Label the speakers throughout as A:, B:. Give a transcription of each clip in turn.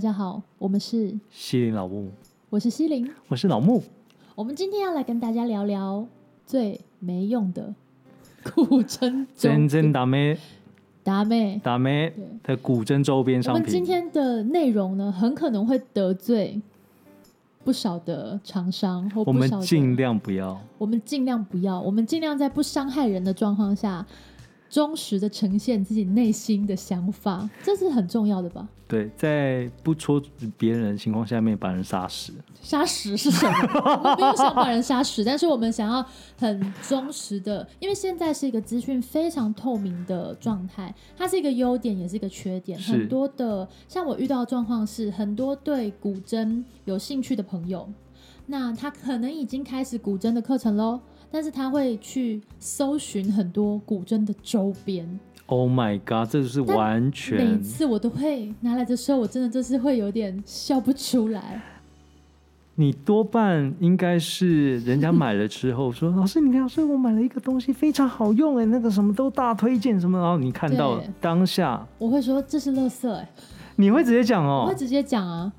A: 家好，我们是
B: 西林老木，
A: 我是西林，
B: 我是老木。
A: 我们今天要来跟大家聊聊最没用的古筝
B: 真
A: 周
B: 真达咩
A: 达妹。
B: 达咩
A: 对
B: 的古筝周边
A: 我
B: 商
A: 们今
B: 品，
A: 天的内容呢，很可能会得罪不少的厂商或
B: 我
A: 不
B: 们
A: 少的
B: 尽量不要。
A: 我们尽量不要，我们尽量在不伤害人的状况下，忠实的呈现自己内心的想法，这是很重要的吧？
B: 对，在不戳别人的情况下面把人杀死，
A: 杀死是什么？ 我们没有想把人杀死，但是我们想要很忠实的，因为现在是一个资讯非常透明的状态，它是一个优点，也是一个缺点。
B: 是
A: 很多的像我遇到的状况是，很多对古筝有兴趣的朋友，那他可能已经开始古筝的课程喽，但是他会去搜寻很多古筝的周边。
B: Oh my god！这就是
A: 但
B: 完
A: 每一
B: 全
A: 次我都会拿来的时候，我真的就是会有点笑不出来。
B: 你多半应该是人家买了之 后说：“老师，你看，老师，我买了一个东西非常好用哎，那个什么都大推荐什么。”然后你看到
A: 对
B: 当下，
A: 我会说这是垃圾、欸，
B: 你会直接讲
A: 我
B: 哦
A: 会，直接讲啊，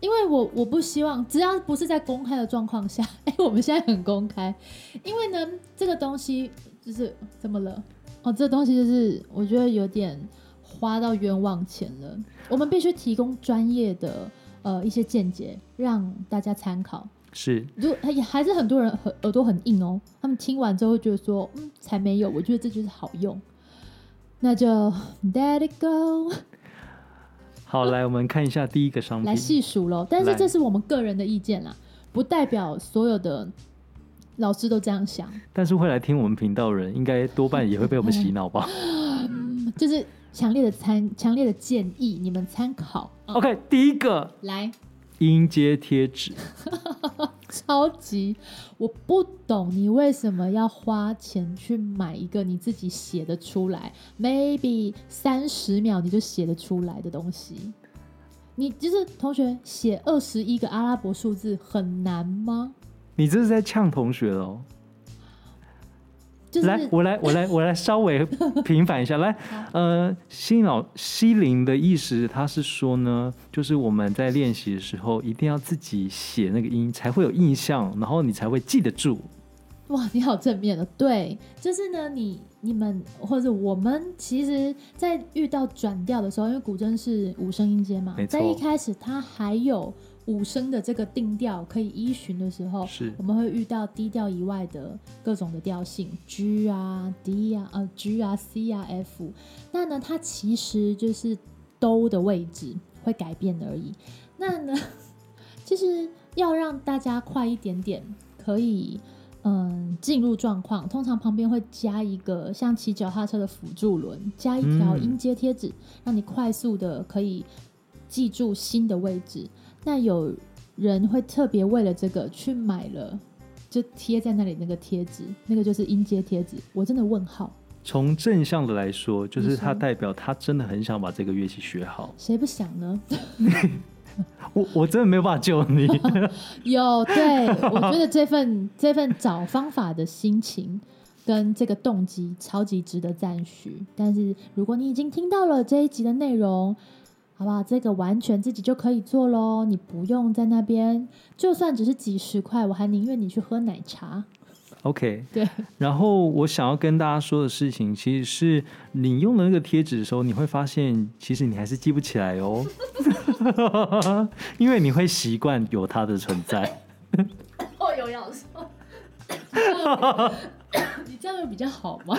A: 因为我我不希望，只要不是在公开的状况下， 哎、我们现在很公开，因为呢，这个东西就是怎么了？哦，这东西就是我觉得有点花到冤枉钱了。我们必须提供专业的呃一些见解，让大家参考。
B: 是
A: 如果也还是很多人耳耳朵很硬哦，他们听完之后会觉得说，嗯，才没有，我觉得这就是好用，那就 let it go。
B: 好。来，我们看一下第一个商
A: 来
B: 品，
A: 细数喽。但是
B: 嗯来
A: 这是我们个人的意见啦，不代表所有的老师都这样想。
B: 但是会来听我们频道的人，应该多半也会被我们洗脑吧。
A: 就是强烈的参，强烈的建议你们参考。
B: OK，第一个
A: 来，
B: 音阶贴纸，
A: 超级，我不懂你为什么要花钱去买一个你自己写得出来，maybe 三十秒你就写得出来的东西。你就是同学写二十一个阿拉伯数字很难吗？
B: 你这是在呛同学哦。
A: 嗯就是
B: 来，我来，我来，我来稍微平反一下。来，呃，西老西林的意思，他是说呢，就是我们在练习的时候，一定要自己写那个音，才会有印象，然后你才会记得住。
A: 哇，你好正面哦！对，就是呢，你你们或者我们，其实，在遇到转调的时候，因为古筝是五声音阶嘛
B: 没，错
A: 在一开始它还有五声的这个定调可以依循的时候，
B: 是
A: 我们会遇到低调以外的各种的调性，G 啊、D 啊、呃 G 啊、C 啊、F。那呢，它其实就是兜的位置会改变而已。那呢，其实要让大家快一点点，可以嗯进入状况，通常旁边会加一个像骑脚踏车的辅助轮，加一条
B: 嗯
A: 音阶贴纸，让你快速的可以记住新的位置。那有人会特别为了这个去买了，就贴在那里那个贴纸，那个就是音阶贴纸。我真的问号，
B: 从正向的来说，就
A: 你
B: 是
A: 说
B: 它代表他真的很想把这个乐器学好。
A: 谁不想呢？
B: 我我真的没有办法救你。
A: 有，对我觉得这份 这份找方法的心情跟这个动机超级值得赞许。但是如果你已经听到了这一集的内容，好不好？这个完全自己就可以做喽，你不用在那边，就算只是几十块，我还宁愿你去喝奶茶。
B: OK，
A: 对，
B: 然后我想要跟大家说的事情，其实是你用了那个贴纸的时候，你会发现，其实你还是记不起来哦， 因为你会习惯有它的存在。
A: 哦，有要说。你这样有比较好吗？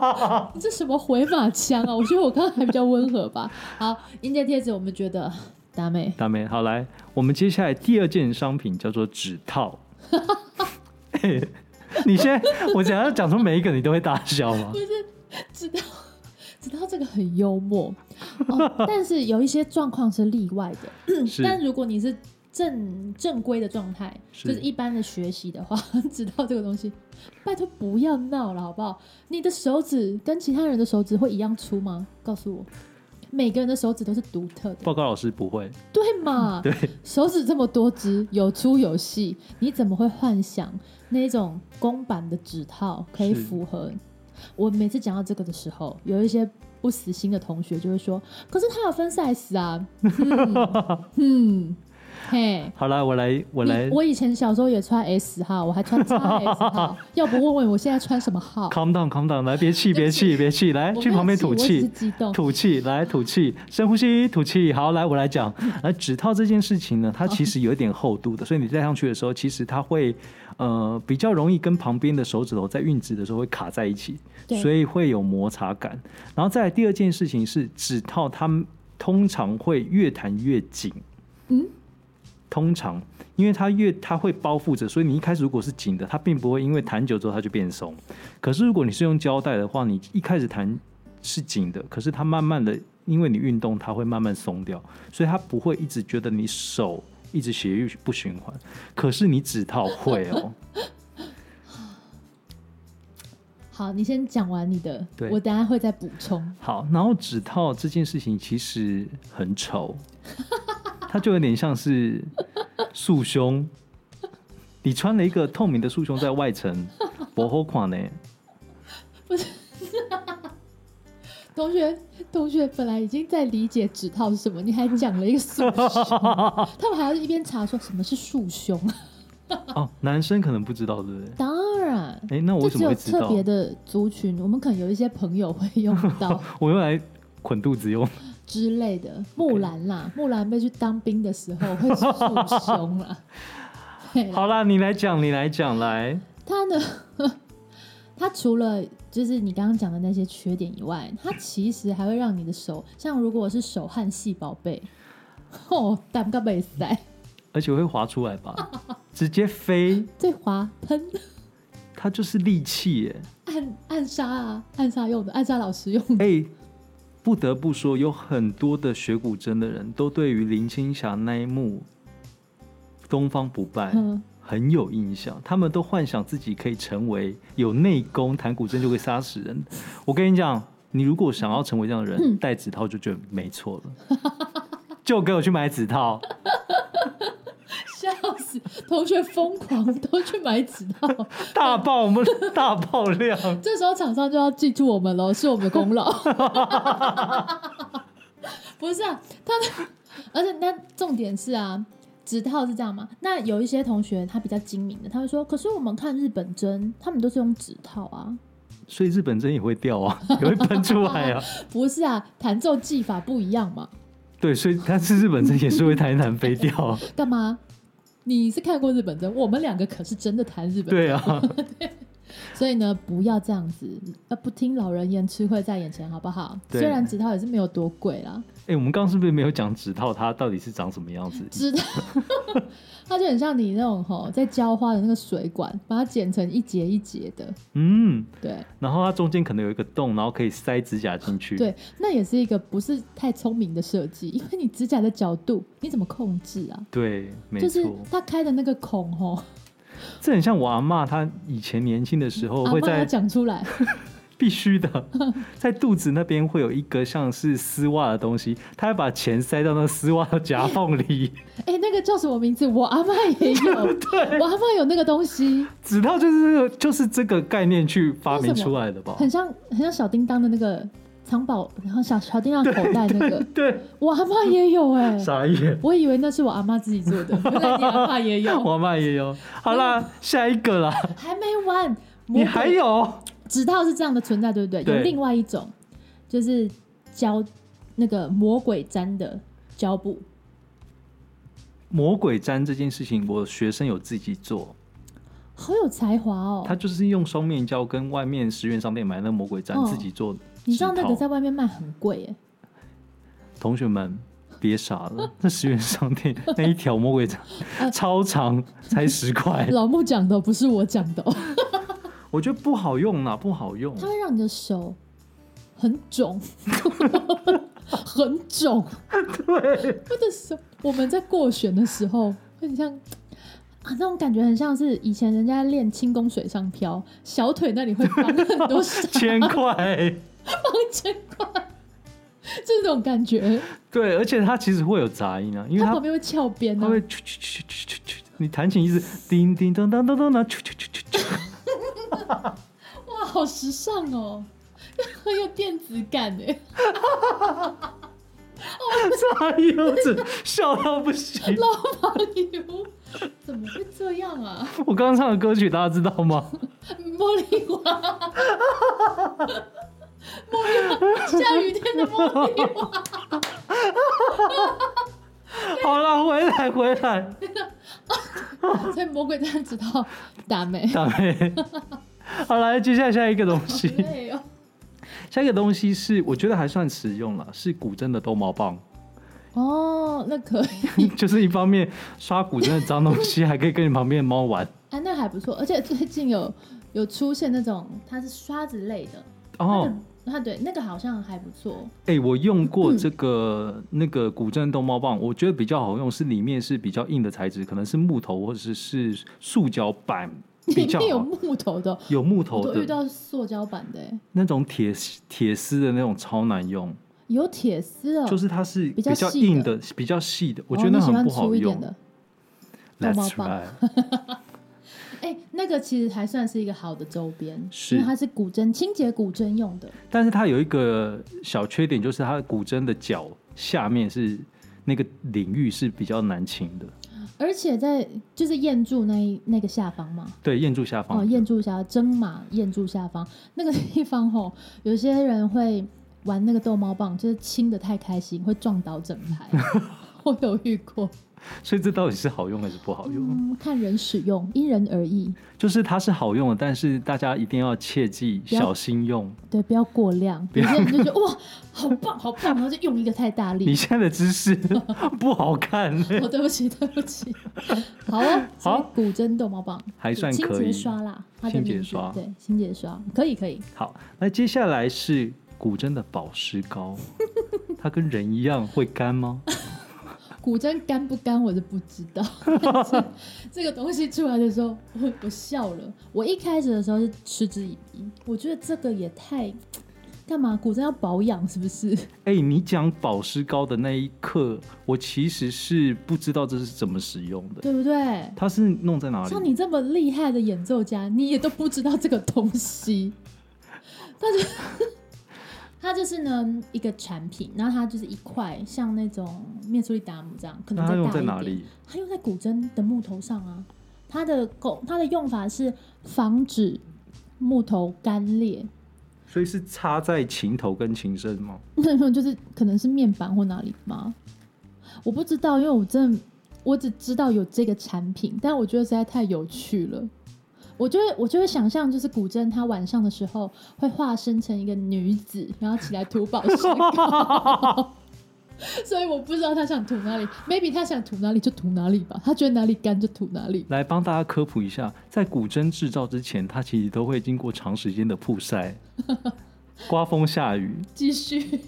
A: 这什么回马枪啊！我觉得我刚刚还比较温和吧。好，音阶贴纸，我们觉得达美
B: 大妹，好来，我们接下来第二件商品叫做指套。 嘿你现在我想要讲出每一个你都会大笑 吗？
A: 知道 知道这个很幽默， 哦、但是有一些状况是例外的。
B: 是
A: 嗯但如果你是正正规的状态，
B: 是
A: 就是一般的学习的话， 知道这个东西，拜托不要闹了，好不好？你的手指跟其他人的手指会一样粗吗？告诉我，每个人的手指都是独特的，
B: 报告老师不会，
A: 对嘛？
B: 对，
A: 手指这么多只，有粗有细，你怎么会幻想那种公版的指套可以
B: 是
A: 符合？我每次讲到这个的时候，有一些不死心的同学就会说，可是它有分 size 啊，嗯，嗯嘿。
B: 好啦，我来，我来
A: 你我以前小时候也穿 S 号，我还穿 XS 号，要不问问我现在穿什么号？
B: ，calm down，calm down，来，别气，别气，别气，来，
A: 我
B: 去
A: 没有
B: 旁边
A: 气
B: 吐
A: 我只是
B: 气，
A: 激动。
B: 吐气，来吐气，深呼吸，吐气。好，来我来讲，来指套这件事情呢，它其实有一点厚度的，所以你戴上去的时候，其实它会呃比较容易跟旁边的手指头在运指的时候会卡在一起，
A: 对
B: 所以会有摩擦感。然后再来第二件事情是指套，它们通常会越弹越紧，
A: 嗯，
B: 通常因为它越它会包覆着，所以你一开始如果是紧的，它并不会因为弹久之后它就变松。可是如果你是用胶带的话，你一开始弹是紧的，可是它慢慢的，因为你运动，它会慢慢松掉，所以它不会一直觉得你手一直血液不循环。可是你指套会哦，
A: 好，你先讲完你的
B: 对，
A: 我等下会再补充。
B: 好，然后指套这件事情其实很丑， 它就有点像是束胸，你穿了一个透明的束胸在外层，薄荷 款呢。
A: 同学，同学本来已经在理解指套是什么，你还讲了一个束 胸，他们还要一边查说什么是束胸。
B: 哦，男生可能不知道，对不对？
A: 当然，
B: 哎、那我
A: 这
B: 为
A: 只
B: 什么
A: 有
B: 会知
A: 特
B: 道？
A: 别的族群，我们可能有一些朋友会用到
B: 我用来捆肚子用。
A: 之类的。木兰 啦，木兰被去当兵的时候会束胸 啦。对啦
B: 好啦，你来讲，你来讲，来。
A: 它呢， 它除了就是你刚刚讲的那些缺点以外，它其实还会让你的手，像如果是手汗细宝贝，哦，蛋个被塞，
B: 而且会滑出来 吧，直接飞，
A: 最滑喷
B: 它就是利器耶。
A: 暗暗杀啊，暗杀用的，暗杀老师用的，
B: 哎、不得不说，有很多的学古筝的人都对于林青霞那一幕《东方不败》
A: 嗯，
B: 很有印象，他们都幻想自己可以成为有内功，弹古筝就会杀死人。我跟你讲，你如果想要成为这样的人，戴指套就觉得没错了，就给我去买指套。
A: 笑死，同学疯狂都去买指套，
B: 大爆我们大爆量，
A: 这时候厂商就要记住我们喽，是我们的功劳。 不是啊，他的，而且那重点是啊，指套是这样嘛？那有一些同学他比较精明的，他会说，可是我们看日本针，他们都是用指套啊。
B: 所以日本针也会掉 啊，也会喷出来啊。
A: 不是啊，弹奏技法不一样嘛？
B: 对，所以但是日本针也是会台南飞掉 啊。
A: 干嘛？你是看过日本针，我们两个可是真的弹日本针，
B: 对啊，
A: 所以呢，不要这样子，呃，不听老人言，吃亏在眼前，好不好？
B: 对
A: 虽然指套也是没有多贵啦，
B: 哎、我们刚刚是不是没有讲指套它到底是长什么样子？
A: 知道， 它就很像你那种吼在浇花的那个水管，把它剪成一节一节的，
B: 嗯，
A: 对
B: 然后它中间可能有一个洞，然后可以塞指甲进去。
A: 对，那也是一个不是太聪明的设计，因为你指甲的角度你怎么控制啊？
B: 对，没
A: 就
B: 错，
A: 是它开的那个孔吼，
B: 这很像我阿嬷，她以前年轻的时候
A: 阿
B: 会
A: 妈要
B: 在
A: 讲出来，
B: 必须的， 在肚子那边会有一个像是丝袜的东西，她会把钱塞到那丝袜的夹缝里。
A: 哎、那个叫什么名字？我阿妈也有，
B: 对，
A: 我阿妈有那个东西，
B: 指套就是这个，就是这个概念去发明出来的吧？
A: 很像很像小叮当的那个藏宝，然后小小叮当口袋那个，
B: 对，
A: 我阿妈也有哎、
B: 傻眼。
A: 我以为那是我阿妈自己做 的，原来你阿妈也有。
B: 我妈也有。好啦，下一个啦，
A: 还没完，嗯魔鬼
B: 你还有
A: 指套是这样的存在，对不对？
B: 对
A: 有另外一种，就是胶那个魔鬼粘的胶布，
B: 魔鬼粘这件事情，我学生有自己做，
A: 好有才华哦
B: 他！就是用双面胶跟外面十元商店买那个魔鬼粘
A: 哦
B: 自己做。
A: 你知道那个
B: 指套
A: 在外面卖很贵欸耶，
B: 同学们别傻了， 那十元商店那一条 魔鬼粘
A: 呃
B: 超长，才十 块，
A: 老木讲的哦不是我讲的、 哦，
B: 我觉得不好用啦，不好用。
A: 它会让你的手很肿， 很肿。 对，我的手，我们在过选的时候，很像。啊，那种感觉很像是以前人家练轻功水上漂，小腿那里会放很多沙
B: 千块，
A: 一千块，这种感觉，
B: 对，而且它其实会有杂音啊，因为
A: 它
B: 它
A: 旁边会翘边
B: 它
A: 啊，
B: 会啾啾啾啾啾啾，你弹琴一直叮 叮当当当当当，啾啾啾啾啾，
A: 哇，好时尚哦！ 很有电子感哎，
B: 炸柚子，笑到不行。
A: 老朋友，怎么会这样啊？
B: 我刚刚唱的歌曲大家知道吗？
A: 茉莉花， 茉莉花，下雨天的茉莉花。
B: 好啦，回来回来，
A: 所以魔鬼战士知道打妹，
B: 大妹。好来，接下来下一个东
A: 好
B: 西，
A: 累哦。
B: 下一个东西是我觉得还算实用了，是古筝的逗猫棒。
A: 哦，那可以
B: 就是一方面刷古筝的脏东西，还可以跟你旁边的猫玩。
A: 啊，那还不错。而且最近有有出现那种它是刷子类的，
B: 哦，
A: 它对那个好像还不错。
B: 哎、我用过这个、那个古筝逗猫棒，我觉得比较好用，是里面是比较硬的材质，可能是木头或者是是塑胶板比
A: 里
B: 较
A: 面有
B: 好。
A: 木头的哦，
B: 有木
A: 我
B: 头
A: 都遇
B: 的
A: 到塑胶版的欸，
B: 那种铁丝铁丝的那种超难用，
A: 有铁丝哦。
B: 就是它是
A: 比较
B: 比较
A: 细的
B: 硬的、比较细的，我
A: 哦
B: 觉得那
A: 你喜
B: 很
A: 欢
B: 不好
A: 粗一点
B: 用。
A: 的。逗猫
B: That's
A: 棒
B: right，
A: 哎、那个其实还算是一个好的周边，
B: 是
A: 因为它是古筝清洁古筝用的。
B: 但是它有一个小缺点，就是它的古筝的脚下面是那个领域是比较难清的。
A: 而且在就是燕柱那一那个下方嘛，
B: 对，燕柱下方。
A: 哦，燕柱下蒸马燕柱下方 那个地方吼，有些人会玩那个逗猫棒，就是亲的太开心，会撞倒整 排。我有遇过，
B: 所以这到底是好用还是不好用？
A: 嗯，看人使用，因人而异，
B: 就是它是好用的，但是大家一定要切记
A: 要
B: 小心用。
A: 对，不要过量。有些人就觉得哇，好棒好棒，然后就用一个太大力
B: 你。现在的姿势 不好 看、
A: 哦，对不起，对不起。 好啊，
B: 好
A: 所以古筝逗猫棒对
B: 还算
A: 清
B: 可
A: 洁
B: 以
A: 刷啦，它的
B: 清洁
A: 名字
B: 刷
A: 对，清洁刷可以可以。
B: 好，那接下来是古筝的保湿膏，它跟人一样会干吗？
A: 古筝干不干我是不知道，但是这个东西出来的时候，我我笑了。我一开始的时候是嗤之以鼻，我觉得这个也太干嘛？古筝要保养是不是？
B: 哎、你讲保湿膏的那一刻，我其实是不知道这是怎么使用的，
A: 对不对？
B: 它是弄在哪
A: 像
B: 里？
A: 你这么厉害的演奏家，你也都不知道这个东 西。但是 它就是呢一个产品，然后它就是一块像那种面苏利达姆这样，可能
B: 那它
A: 再
B: 用
A: 大
B: 在
A: 一
B: 哪
A: 点。
B: 里？
A: 它用在古筝的木头上啊。它的构它的用法是防止木头干裂，
B: 所以是插在琴头跟琴身吗？
A: 就是可能是面板或哪里吗？我不知道，因为我真的我只知道有这个产品，但我觉得实在太有趣了。我就会我就会想象，就是古筝它晚上的时候会化身成一个女子，然后起来涂保湿膏。 所以我不知道他想涂哪里，maybe 他想涂哪里就涂哪里吧，他觉得哪里干就涂哪里。
B: 来帮大家科普一下，在古筝制造之前，它其实都会经过长时间的 曝晒、刮风下雨，
A: 继续。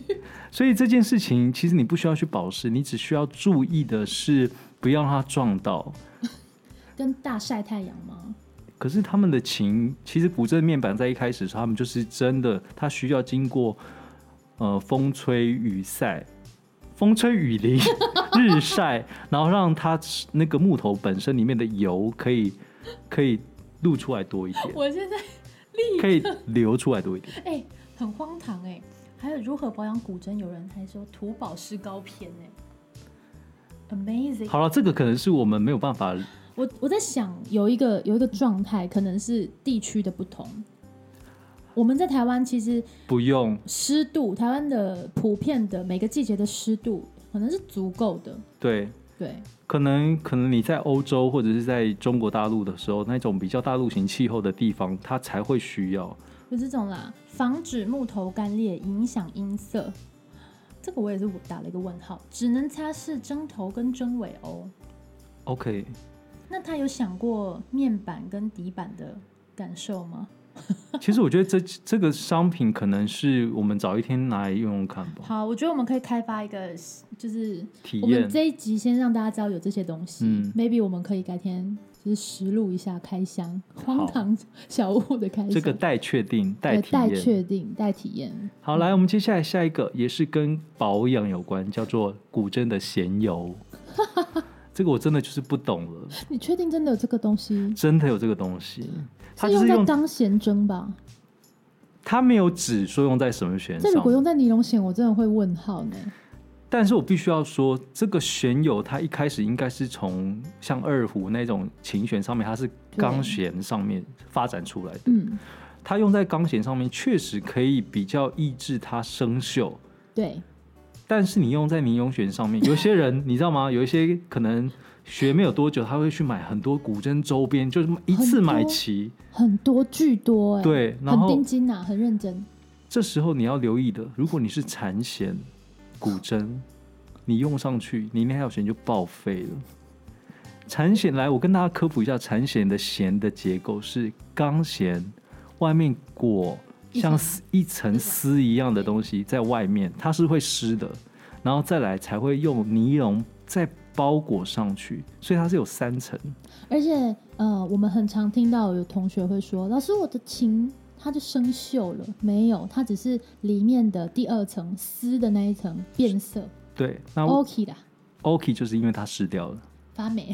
B: 所以这件事情其实你不需要去保湿，你只需要注意的是不要让它撞到。
A: 跟大晒太阳吗？
B: 可是他们的琴，其实古筝面板在一开始的时候，他们就是真的，它需要经过呃风吹雨晒、风吹雨淋、日晒，然后让它那个木头本身里面的油可以可以露出来多一点。
A: 我现在
B: 可以流出来多一点。
A: 哎、很荒唐哎、还有如何保养古筝，有人还说涂保湿膏片哎、Amazing！哎
B: 好了，这个可能是我们没有办法，
A: 我我在想，有一个有一个状态，可能是地区的不同。我们在台湾其实
B: 不用
A: 湿度，台湾的普遍的每个季节的湿度可能是足够的，
B: 对。
A: 对，
B: 可能可能你在欧洲或者是在中国大陆的时候，那种比较大陆型气候的地方，它才会需要。
A: 有这种啦，防止木头干裂，影响音色。这个我也是打了一个问号，只能擦拭针头跟针尾哦。
B: OK，
A: 那他有想过面板跟底板的感受吗？
B: 其实我觉得这这个商品可能是我们早一天拿来用用看吧，
A: 好，我觉得我们可以开发一个，就是
B: 体
A: 我们
B: 验。
A: 这一集先让大家知道有这些东西、
B: 嗯
A: m a y b e 我们可以改天就是实录一下开箱，
B: 好
A: 荒唐小物的开箱，
B: 这个待确定，待
A: 对
B: 体
A: 待
B: 验。
A: 确定待体验，
B: 好，来，我们接下来下一个也是跟保养有关，叫做古筝的咸油。 这个我真的就是不懂了，
A: 你确定真的有这个东西？
B: 真的有这个东西，它
A: 是
B: 就
A: 用
B: 是
A: 在
B: 用
A: 钢弦针吧？
B: 它没有指说用在什么弦
A: 这如果
B: 上，
A: 用在尼龙弦，我真的会问号呢。
B: 但是我必须要说，这个弦友它一开始应该是从像二胡那种琴弦上面，它是钢弦上面发展出来的。
A: 嗯，
B: 它用在钢弦上面，确实可以比较抑制它生锈。
A: 对，
B: 但是你用在尼龙弦上面，有些人你知道吗？有一些可能学没有多久，他会去买很多古筝周边，就是一次买齐。
A: 很多巨多哎、，
B: 对，然
A: 很
B: 后
A: 盯紧呐、很认真。
B: 这时候你要留意的，如果你是缠弦、古筝，你用上去，你那条弦就报废了。缠弦来，我跟大家科普一下，缠弦的弦的结构是钢弦外面裹
A: 一层
B: 像丝一层
A: 一层
B: 丝一样的东西在外面，它是会湿的，然后再来才会用尼龙再包裹上去，所以它是有三层。
A: 而且呃，我们很常听到有同学会说：“老师，我的琴它就生锈了。”没有，它只是里面的第二层丝的那一层变色
B: 对，那
A: ，OK 的，
B: OK 就是因为它湿掉了，
A: 发霉，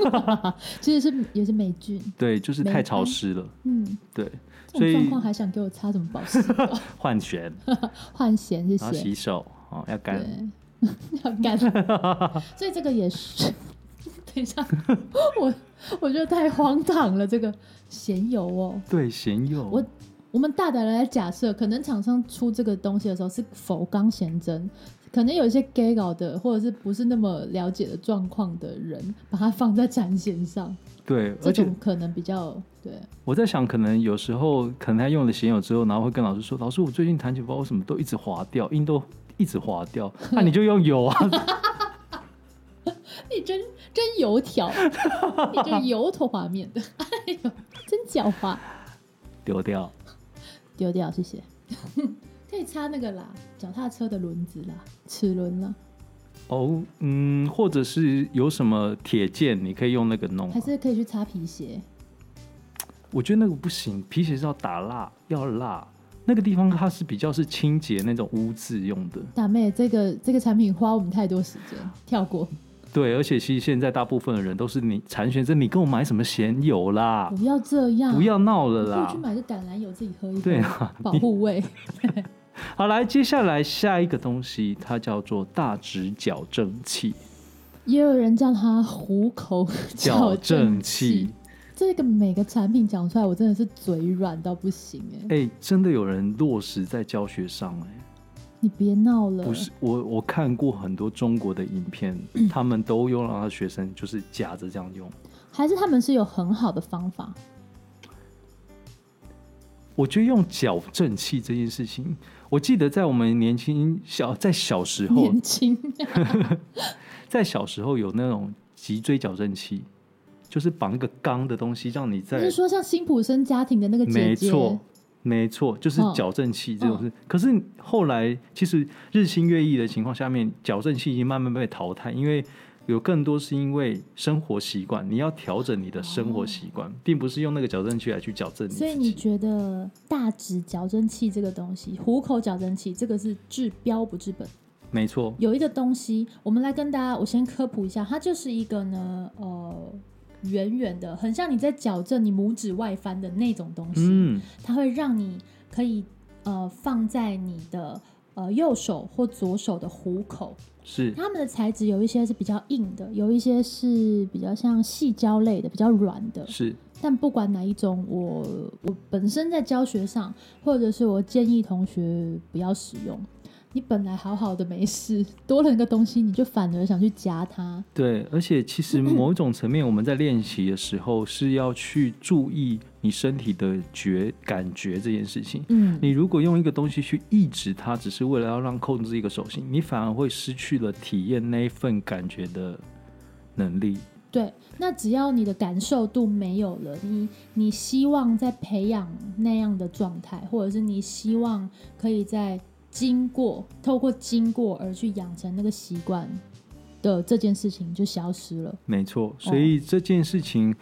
A: 其实是也是霉菌。
B: 对，就是
A: 没
B: 太
A: 开
B: 潮湿了，
A: 嗯，
B: 对，
A: 这
B: 所
A: 种
B: 以
A: 状况还想给我擦什么保湿？
B: 换弦。
A: 换弦谢
B: 然后洗
A: 谢。
B: 手哦，要干。
A: 对，要干。 所以这个也是， 等一下，我我觉得太荒唐了，这个咸油哦。
B: 对，咸柚。
A: 我我们大胆的来假设，可能厂商出这个东西的时候是否钢弦针，可能有一些 gay 搞的，或者是不是那么了解的状况的人，把它放在展弦上，
B: 对，
A: 这
B: 而且
A: 种可能比较对。
B: 我在想，可能有时候可能他用了咸柚之后，然后会跟老师说：“老师，我最近弹琴不知道为什么都一直滑掉，音都一直滑掉。”那、你就用油 啊，
A: 你真真油 条，你这油头滑面的，哎呦，真狡猾，
B: 丢掉。
A: 丢掉谢 谢。可以擦那个啦，脚踏车的轮子啦，齿轮啦，
B: 哦，嗯，或者是有什么铁剑，你可以用那个弄啊、
A: 还是可以去擦皮鞋。
B: 我觉得那个不行，皮鞋是要打蜡，要蜡。那个地方它是比较是清洁那种污渍用的，
A: 大妹，这个这个产品花我们太多时间，跳过。
B: 对，而且其实现在大部分的人都是你残选，这你跟我买什么咸油啦？
A: 不要这样，
B: 不要闹了
A: 不如
B: 啦！
A: 去买个橄榄油自己喝一喝，
B: 对啊，
A: 保护胃。
B: 好，来，接下来下一个东西，它叫做大指矫正器。
A: 也有人叫它虎口矫正器。，这个每个产品讲出来，我真的是嘴软到不行哎、
B: 哎、真的有人落实在教学上、哎，
A: 你别闹了，
B: 不是我，我看过很多中国的影片， 他们都用让他学生就是夹着这样用。
A: 还是他们是有很好的方法，
B: 我觉得用矫正器这件事情，我记得在我们年轻小在小时候，
A: 年轻
B: 在小时候有那种脊椎矫正器，就是绑一个钢的东西，让你
A: 你
B: 在
A: 是说像辛普森家庭的那个姐
B: 没
A: 姐，
B: 错，没错，就是
A: 嗯
B: 矫正器这种事。可是后来，其实日新月异的情况下面，矫正器已经慢慢被淘汰，因为有更多是因为生活习惯，你要调整你的生活习惯，并不是用那个矫正器来去矫正你
A: 哦所以
B: 自
A: 你
B: 己。
A: 觉得大指矫正器这个东西，虎口矫正器这个是治标不治本？
B: 没错，
A: 有一个东西，我们来跟大家，我先科普一下，它就是一个呢，呃，圆圆的，很像你在矫正你拇指外翻的那种东西，
B: 嗯，
A: 它会让你可以呃放在你的呃右手或左手的虎口。
B: 是
A: 它们的材质有一些是比较硬的，有一些是比较像细胶类的，比较软的。
B: 是，
A: 但不管哪一种，我我本身在教学上，或者是我建议同学不要使用。你本来好好的没事，多了那个东西，你就反而想去夹它。
B: 对。而且其
A: 嗯
B: 实某一种层面，我们在练习的时候是要去注意你身体的觉感觉这件事情。
A: 嗯，
B: 你如果用一个东西去抑制它，只是为了要让控制一个手型，你反而会失去了体验那一份感觉的能力。
A: 对。那只要你的感受度没有了，你你希望在培养那样的状态，或者是你希望可以在经过透过经过而去养成那个习惯的这件事情就消失了。
B: 没错，所以这件事情，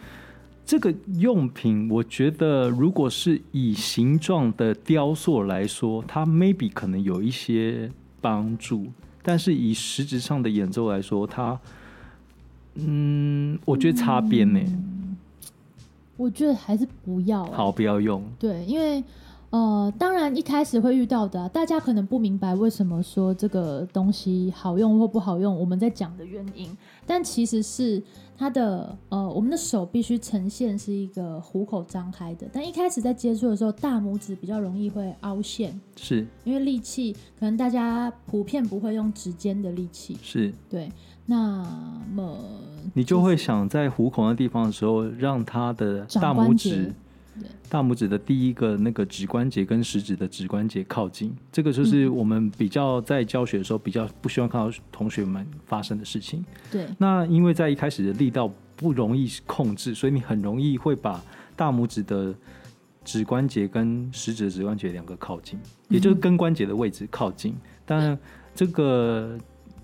B: 这个用品，我觉得如果是以形状的雕塑来说，它 maybe 可能有一些帮助，但是以实质上的演奏来说，它，嗯，我觉得擦边呢、
A: 我觉得还是不要、欸。
B: 好，不要用。
A: 对，因为嗯、呃，当然一开始会遇到的啊、大家可能不明白为什么说这个东西好用或不好用，我们在讲的原因，但其实是它的呃，我们的手必须呈现是一个虎口张开的，但一开始在接触的时候，大拇指比较容易会凹陷，
B: 是
A: 因为力气可能大家普遍不会用指尖的力气，
B: 是，
A: 对，那么
B: 你就会想在虎口那地方的时候，让它的
A: 掌
B: 大
A: 关
B: 拇
A: 节
B: 指
A: 对。
B: 大拇指的第一个那个指关节跟食指的指关节靠近，这个
A: 嗯
B: 就是我们比较在教学的时候比较不希望看到同学们发生的事情。
A: 对
B: 那因为在一开始的力道不容易控制，所以你很容易会把大拇指的指关节跟食指的指关节两个靠近，也就是跟关节的位置靠近。但这个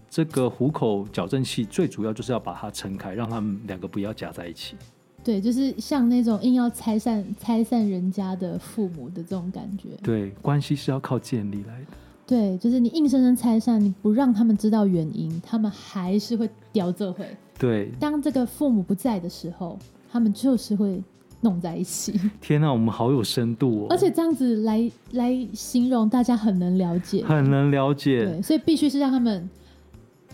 B: 这个虎口矫正器最主要就是要把它撑开，让它们两个不要夹在一起。
A: 对，就是像那种硬要拆散拆散人家的父母的这种感觉。
B: 对，关系是要靠建立来的。
A: 对，就是你硬生生拆散，你不让他们知道原因，他们还是会屌这回。
B: 对，
A: 当这个父母不在的时候，他们就是会弄在一 起，
B: 天哪、我们好有深度哦，
A: 而且这样子来来形容，大家很能了解。
B: 很能了解。
A: 对，所以必须是让他们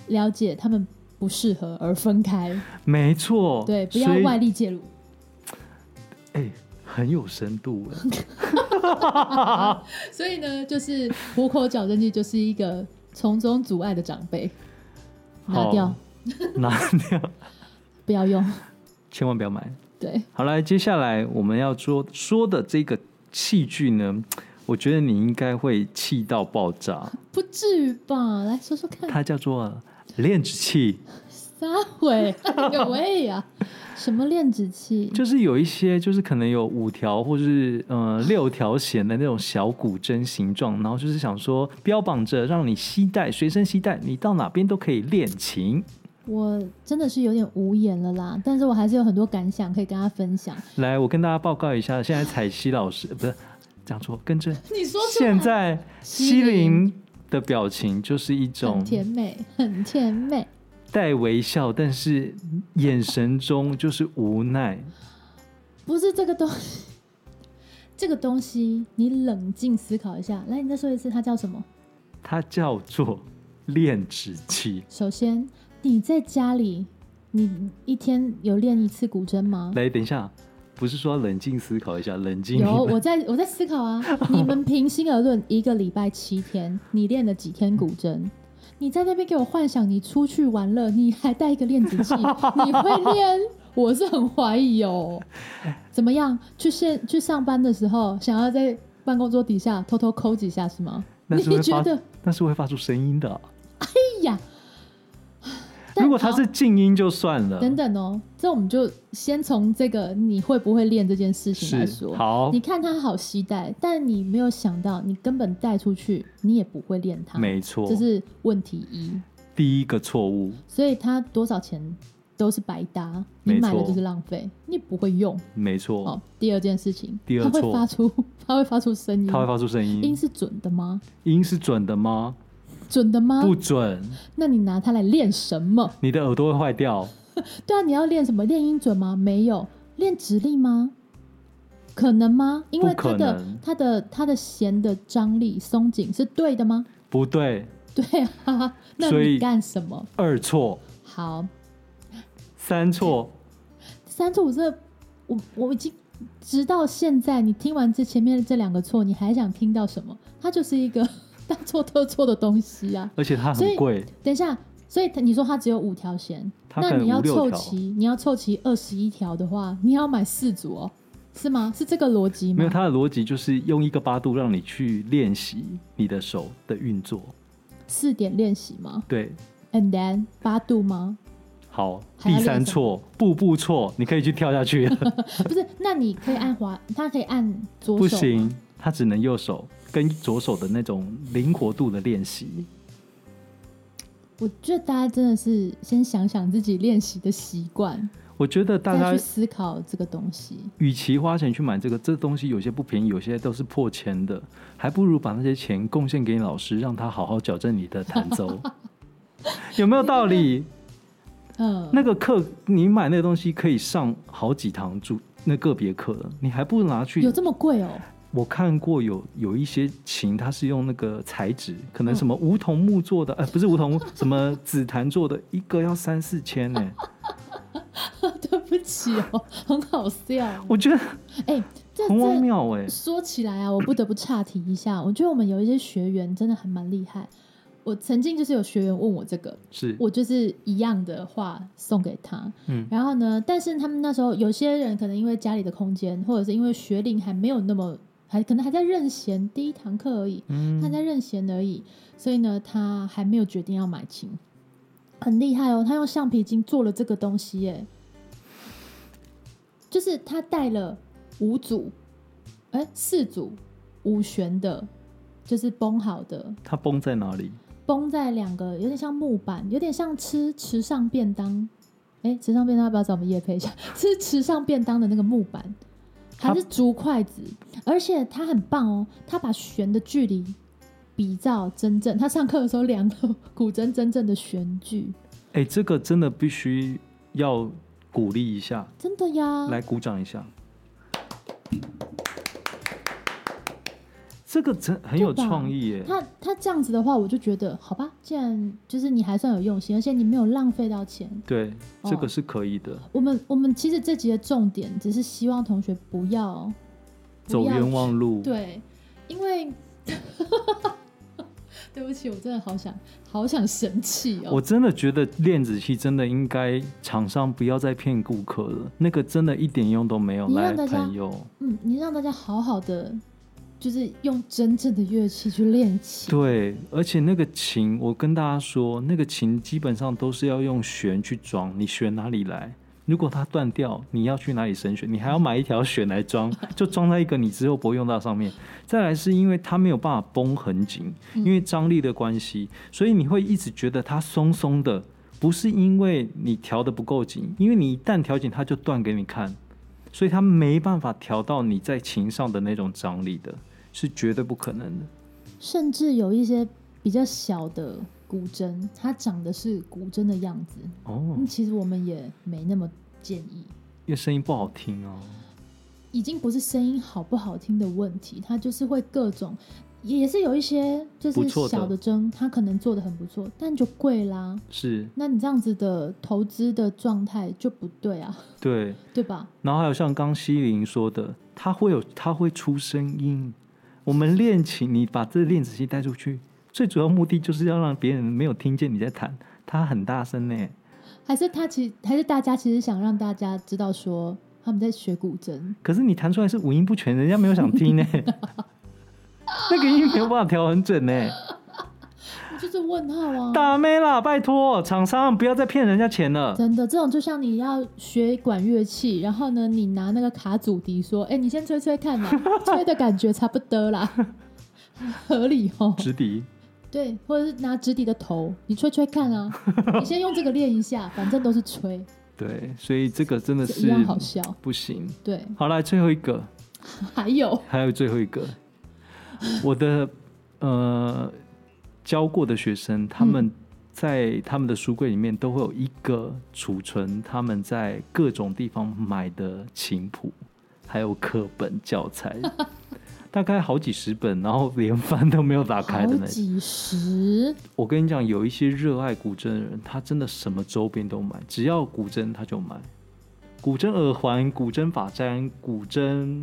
A: 了解他们不适合而分开，
B: 没错，
A: 对，不要
B: 哦所以
A: 外力介入。
B: 哎、很有深 度哎。
A: 所以呢，就是虎口矫正器就是一个从中阻碍的长辈，拿
B: 好
A: 掉，
B: 拿掉，
A: 不要用。
B: 千万不要买。
A: 对，
B: 好来，接下来我们要说说的这个器具呢，我觉得你应该会气到爆 炸。
A: 不至于吧？来说说看，
B: 它叫做链子器，
A: 撒谎，哎呦喂呀、什么链子器？
B: 就是有一些就是可能有五条或是呃六条弦的那种小古筝形状，然后就是想说标榜着让你携带随身携带，你到哪边都可以练琴。
A: 我真的是有点无言了啦，但是我还是有很多感想可以跟大家分享。
B: 来，我跟大家报告一下，现在彩西老师不是讲错，跟正。
A: 你说出来
B: 现在西
A: 西林
B: 林的表情就是一种
A: 很甜美，很甜美，
B: 带微笑，但是眼神中就是无奈。
A: 不是这个东西。这个东西，你冷静思考一下。来，你再说一次，它叫什么？
B: 它叫做练指 器。
A: 首先，你在家里，你一天有练一次古筝吗？
B: 来，等一下，不是说冷静思考一下，冷静。
A: 有，我在我在思考啊。你们平心而论，一个礼拜七天，你练了几天古筝？你在那边给我幻想你出去玩乐，你还带一个练 子器，你会练？我是很怀疑 哦。怎么样？去现去上班的时候，想要在办公桌底下偷偷抠几下是吗？
B: 那是 会
A: 你觉
B: 发
A: 得？
B: 那是会发出声音的。
A: 哎呀，但
B: 如果它
A: 好
B: 是静音就算了。
A: 等等哦，这我们就先从这个你会不会练这件事情来
B: 是
A: 说。
B: 好
A: 你，看它好携带，但你没有想到，你根本带出去，你也不会练它。
B: 没错，
A: 这是问题一。
B: 第一个错误。
A: 所以它多少钱都是白搭，你
B: 没错
A: 买了就是浪费，你也不会用。
B: 没错，
A: 哦，第二件事情，
B: 第二
A: 它会
B: 错
A: 发出， 它会发出声音，
B: 它会发出声音
A: 音。是准的吗？
B: 音是准的吗？
A: 准的吗？
B: 不准，
A: 那你拿它来练什么？
B: 你的耳朵会坏掉。
A: 对啊，你要练什么？练音准吗？没有，练指力吗？可能吗？因为
B: 不可
A: 它的
B: 能
A: 它的它的弦的张力松紧是对的吗？
B: 不对，
A: 对啊，那
B: 所以
A: 你干什么？
B: 二错，
A: 好，
B: 三错，
A: 三错我这我我已经直到现在，你听完这前面这两个错，你还想听到什么？它就是一个 大错特错的东西啊！
B: 而且它
A: 所
B: 很
A: 以
B: 贵，
A: 等一下，所以它你说它只有五条弦，
B: 它可
A: 那
B: 能
A: 你要
B: 五六
A: 凑
B: 条
A: 齐，你要凑齐二十一条的话，你要买四组哦，是吗？是这个逻辑
B: 没有
A: 吗？
B: 它的逻辑就是用一个八度让你去练习你的手的运作。
A: 四点练习吗
B: 对，
A: ？And then 八度吗？
B: 好，
A: 还要
B: 第
A: 练
B: 三
A: 什
B: 错，步步错，你可以去跳 下去了，
A: 不是，那你可以按滑，它可以按左手
B: 不
A: 吗
B: 行，它只能右手跟左手的那种灵活度的练习。
A: 我觉得大家真的是先想想自己练习的习惯，
B: 我觉得大
A: 再去
B: 家
A: 思考这个东西。
B: 与其花钱去买这个，这东西有些不便宜，有些都是破千的，还不如把那些钱贡献给你老师，让他好好矫正你的弹 奏，有没有道理？
A: 嗯，
B: 那个课你买那个东西可以上好几堂主那个别课了，你还不如拿去
A: 有这么贵哦？
B: 我看过有有一些琴，它是用那个材质，可
A: 嗯
B: 能什么梧桐木做的，呃，不是 梧桐木，什么紫檀做的，一个要三四千呢、
A: 对不起哦， 很好笑。
B: 我觉得
A: 哎、这
B: 很
A: 这
B: 荒谬哎、
A: 说起来啊，我不得不岔题一下，我觉得我们有一些学员真的还蛮厉害。我曾经就是有学员问我这个，
B: 是，
A: 我就是一样的话送给他。
B: 嗯
A: 然后呢，但是他们那时候有些人可能因为家里的空间，或者是因为学龄还没有那么，还可能还在任贤第一堂课而已，他
B: 嗯，
A: 在任贤而已，所以呢，他还没有决定要买琴。很厉害哦，他用橡皮筋做了这个东西耶，就是他带了五组，哎、四组五弦的，就是绷好的，
B: 它崩在哪里？
A: 绷在两个有点像木板，有点像吃池上便当。哎，池上便当要不要找我们叶配一下？是池上便当的那个木板，还是竹筷子？而且它很棒哦，它把弦的距离比照真正，他上课的时候量了 古筝真正的弦距，
B: 哎、这个真的必须要鼓励一下，
A: 真的呀！
B: 来鼓掌一下。这个真很有
A: 对吧
B: 创意耶、
A: 他他这样子的话，我就觉得好吧，既然就是你还算有用心，而且你没有浪费到钱，
B: 对，这个
A: 哦
B: 是可以的。
A: 我们我们其实这集的重点只是希望同学不要
B: 走冤枉路，
A: 对，因为 对不起，我真的好想好想生气哦。
B: 我真的觉得练子器真的应该厂商不要再骗顾客了，那个真的一点用都没有。
A: 你
B: 来
A: 让，大家
B: 朋友，
A: 嗯，你让大家好好的，就是用真正的乐器去练琴。
B: 对，而且那个琴，我跟大家说，那个琴基本上都是要用弦去装，你弦哪里来？如果它断掉，你要去哪里升弦？你还要买一条弦来装，就装在一个你之后不会用到上面。再来是因为它没有办法绷很紧，因为张力的关系，所以你会一直觉得它松松的，不是因为你调的不够紧，因为你一旦调紧，它就断给你看，所以它没办法调到你在琴上的那种张力的，是绝对不可能的。
A: 甚至有一些比较小的古筝，它长的是古筝的样子。
B: 哦，
A: 嗯，其实我们也没那么建议，
B: 因为声音不好听哦。
A: 已经不是声音好不好听的问题，它就是会各种。也是有一些就
B: 不
A: 是
B: 错的
A: 小的筝，它可能做的很不错，但就贵啦。
B: 是，
A: 那你这样子的投资的状态就不对啊，
B: 对。
A: 对吧？
B: 然后还有像刚西林说的，它会有，它会出声音。我们练琴，你把这练子器带出去，最主要目的就是要让别人没有听见你在弹，它很大声呢。
A: 还是他其还是大家其实想让大家知道说他们在学古筝，
B: 可是你弹出来是五音不全，人家没有想听呢。那个音没有办法调很准呢。
A: 我就是问号啊。
B: 打妹啦，拜托，厂商不要再骗人家钱了。
A: 真的，这种就像你要学管乐器，然后呢，你拿那个卡祖笛说：“哎、你先吹吹看嘛，吹的感觉差不多啦， 合理哦。
B: 直笛，”
A: 对，或者是拿直笛的头，你吹吹看 啊，你先用这个练一下，反正都是吹，
B: 对，所以这个真的
A: 一
B: 是
A: 样好笑。
B: 不行。
A: 对，
B: 好了，最后一个，
A: 还有
B: 还有最后一个，我的呃教过的学生，他们在他们的书柜里面都会有一个储存他们在各种地方买的琴谱，还有课本教材，大概好几十本，然后连翻都没有打开
A: 好
B: 的那种。
A: 几十，
B: 我跟你讲，有一些热爱古筝的人，他真的什么周边都买，只要古筝他就买，古筝耳环、古筝发簪、古筝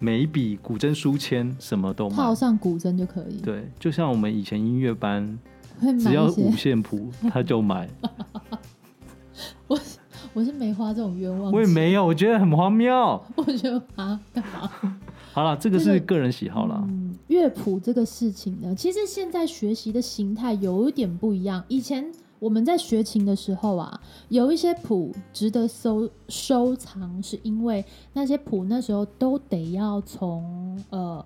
B: 眉笔、古筝书签，什么都买
A: 套。上古筝就可以。
B: 对，就像我们以前音乐班，
A: 会买
B: 只要
A: 一
B: 五
A: 些，
B: 线谱他 就买。
A: 我是我是没花这种冤枉钱，
B: 我也，没有，我觉得很荒 谬。
A: 我觉得 啊，干嘛？
B: 好了，这个
A: 这个
B: 是个人喜好啦。
A: 嗯，乐谱这个事情呢，其实现在学习的形态有一点不一样。以前我们在学琴的时候啊，有一些谱值得收收藏，是因为那些谱那时候都得要从呃，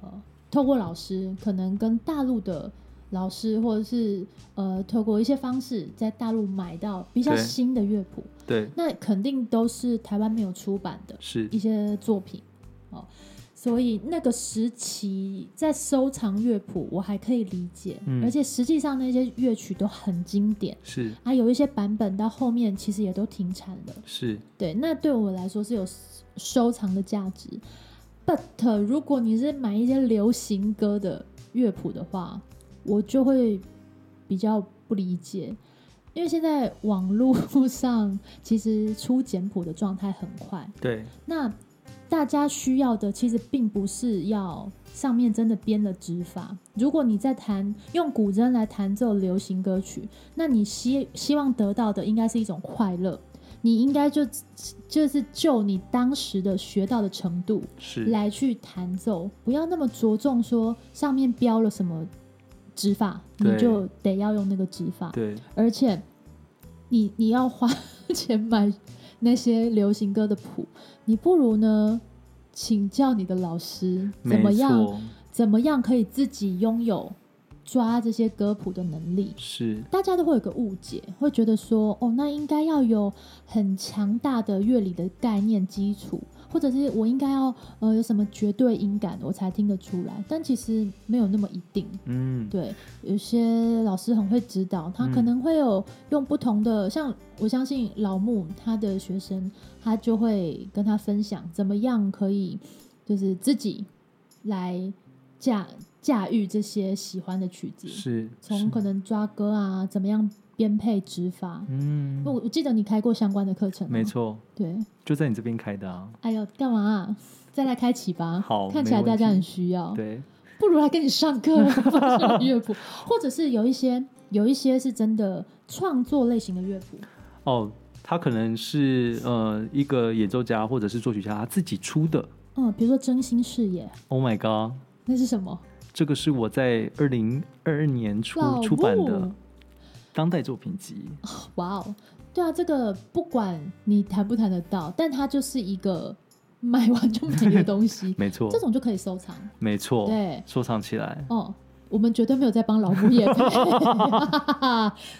A: 透过老师，可能跟大陆的。老师，或者是呃，透过一些方式在大陆买到比较
B: 对
A: 新的乐谱，
B: 对，
A: 那肯定都是台湾没有出版的
B: 是
A: 一些作品哦，所以那个时期在收藏乐谱，我还可以理解，
B: 嗯
A: 而且实际上那些乐曲都很经典
B: 是
A: 啊，有一些版本到后面其实也都停产了。
B: 是，
A: 对，那对我来说是有收藏的价值。 But 呃如果你是买一些流行歌的乐谱的话，我就会比较不理解，因为现在网络 上其实出简谱的状态很快，
B: 对，
A: 那大家需要的其实并不是要上面真的编了指法。如果你在弹用古筝来弹奏流行歌曲，那你希希望得到的应该是一种快乐。你应该就就是就你当时的学到的程度
B: 是，
A: 来去弹奏，不要那么着重说上面标了什么指法，你
B: 对
A: 就得要用那个指法。
B: 对，
A: 而且你你要花钱买那些流行歌的谱，你不如呢请教你的老师怎么
B: 没
A: 样
B: 错，
A: 怎么样可以自己拥有抓这些歌谱的能力。
B: 是，
A: 大家都会有个误解，会觉得说，哦，那应该要有很强大的乐理的概念基础，或者是我应该要呃有什么绝对音感我才听得出来，但其实没有那么一定。
B: 嗯，
A: 对，有些老师很会指导，他可
B: 嗯
A: 能会有用不同的，像我相信老木他的学生，他就会跟他分享怎么样可以就是自己来驾驾驭这些喜欢的曲子，
B: 是，
A: 从
B: 是
A: 可能抓歌啊，怎么样编配指法。
B: 嗯
A: 我、，我记得你开过相关的课程、
B: 没。错，
A: 对，
B: 就在你这边开的啊，
A: 哎呦，干嘛、啊？再来开启吧。
B: 好
A: 看
B: 没
A: 起来
B: 问
A: 大家
B: 题
A: 很需要。
B: 对，
A: 不如来跟你上课， 放上乐谱，或者是有一些有一些是真的创作类型的乐谱，
B: 哦，他可能是呃一个演奏家或者是作曲家他自己出的。
A: 嗯，比如说真心视野，
B: Oh my god，
A: 那是什么？
B: 这个是我在二零二二年出
A: 老
B: 嗯出版的
A: 木，
B: 当代作品集。，
A: 哇哦，对啊，这个不管你弹不弹得到，但它就是一个买完就没的东西
B: 没错
A: 这，种就可以收藏，
B: 没错，
A: 对，
B: 收藏起来。
A: 哦，我们绝对没有在帮老木业配，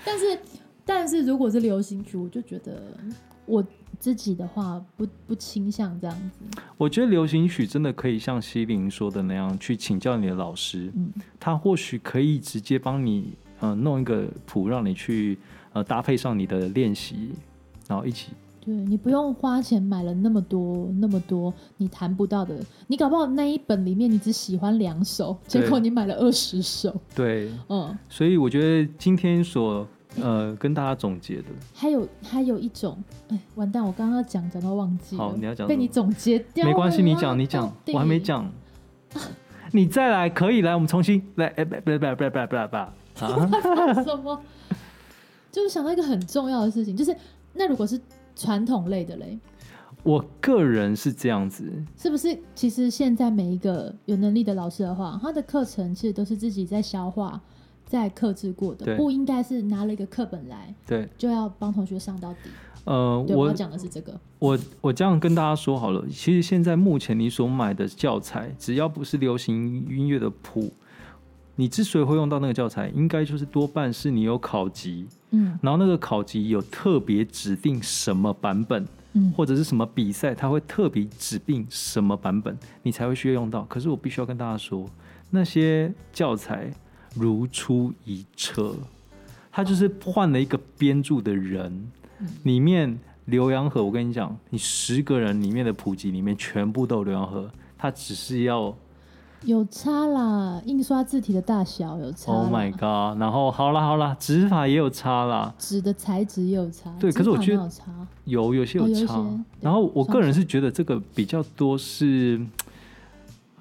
A: 但是但是如果是流行曲，我就觉得嗯我自己的话不不倾向这样子。
B: 我觉得流行曲真的可以像西林说的那样，去请教你的老师，
A: 嗯
B: 他或许可以直接帮你呃弄一个谱，让你去呃搭配上你的练习，然后一起。
A: 对你不用花钱买了那么多那么多你弹不到的，你搞不好那一本里面你只喜欢两首，
B: 对
A: 结果你买了二十首，
B: 对，
A: 嗯，
B: 所以我觉得今天所呃跟大家总结的，
A: 还有还有一种，哎，完蛋，我刚刚讲讲到忘记了，
B: 好你要讲
A: 被
B: 什么
A: 你总结掉了，
B: 没关系，你讲，你
A: 到
B: 讲，
A: 底
B: 我还 没，讲，你再来可以来，我们重新来，哎，不不不不不不不，啊，
A: 什么？ 就是想到一个很重要的事情，就是那如果是传统类的嘞，
B: 我个人是这样子，
A: 是不是？其实现在每一个有能力的老师的话，他的课程其实都是自己在消化、在克制过的，
B: 对
A: 不应该是拿了一个课本来
B: 对，
A: 就要帮同学上到底。
B: 呃，
A: 对，我
B: 我
A: 要讲的是这个。
B: 我我这样跟大家说好了，其实现在目前你所买的教材，只要不是流行音乐的谱，你之所以会用到那个教材，应该就是多半是你有考级，
A: 嗯
B: 然后那个考级有特别指定什么版本，
A: 嗯，
B: 或者是什么比赛，它会特别指定什么版本，你才会需要用到。可是我必须要跟大家说，那些教材如出一辙，它就是换了一个编著的人
A: 嗯，
B: 里面浏阳河，我跟你讲，你十个人里面的普及里面全部都有浏阳河，它只是要
A: 有差啦，印刷字体的大小有差啦
B: Oh my God，然后好啦好啦，指法也有差啦，
A: 纸的材质也有差，
B: 对可是我
A: 纸法
B: 觉得
A: 哪有差，
B: 有有些
A: 哦
B: 有
A: 有一
B: 差，
A: 些对
B: 然后我
A: 上
B: 个人是觉得这个比较多是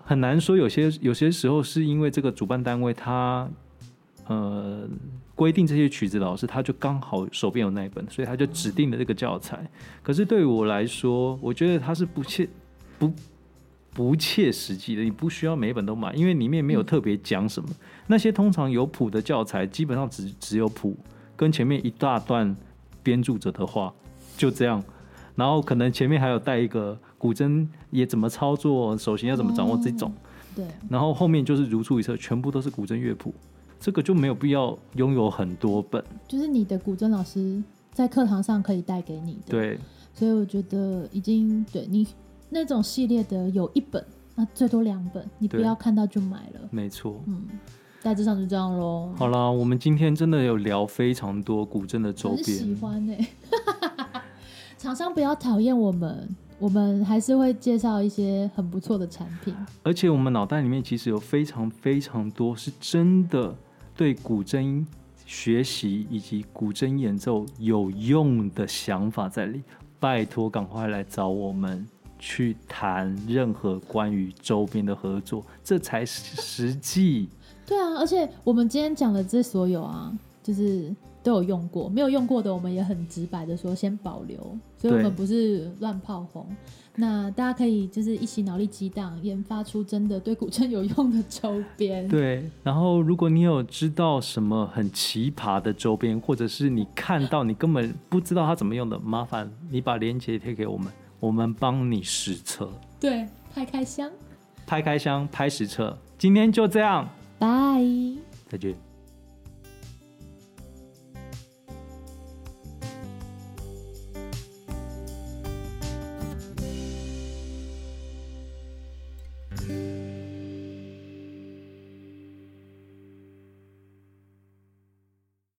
B: 很难说，有些有些时候是因为这个主办单位他呃规定这些曲子老师他就刚好手边有那一本，所以他就指定了这个教材。可是对我来说，我觉得它是不切不不切实际的，你不需要每一本都买，因为里面没有
A: 嗯
B: 特别讲什么。那些通常有谱的教材，基本上只只有谱跟前面一大段编著者的话，就这样。然后可能前面还有带一个古筝也怎么操作，手型要怎么掌握这种，
A: 对，
B: 然后后面就是如出一辙，全部都是古筝乐谱，这个就没有必要拥有很多本。
A: 就是你的古筝老师在课堂上可以带给你的，，
B: 对，
A: 所以我觉得已经对你那种系列的有一本，那最多两本，你不
B: 对
A: 要看到就买了，
B: 没错。
A: 嗯，大致上就这样喽。
B: 好啦，我们今天真的有聊非常多古筝的周
A: 很喜
B: 边，
A: 欢呢、欸，厂商不要讨厌我们，我们还是会介绍一些很不错的产品。
B: 而且我们脑袋里面其实有非常非常多是真的对古筝学习以及古筝演奏有用的想法在里。拜托，赶快来找我们去谈任何关于周边的合作，这才是实际。
A: 对啊，而且我们今天讲的这所有啊，就是都有用过，没有用过的我们也很直白的说先保留，所以我
B: 对
A: 们不是乱炮轰。那大家可以就是一起脑力激荡，研发出真的对古筝有用的周边。
B: 对，然后如果你有知道什么很奇葩的周边，或者是你看到你根本不知道它怎么用的，麻烦你把链接贴给我们，我们帮你实测，
A: 对，拍开箱，
B: 拍开箱，拍实测。今天就这样，
A: 拜。
B: 再见。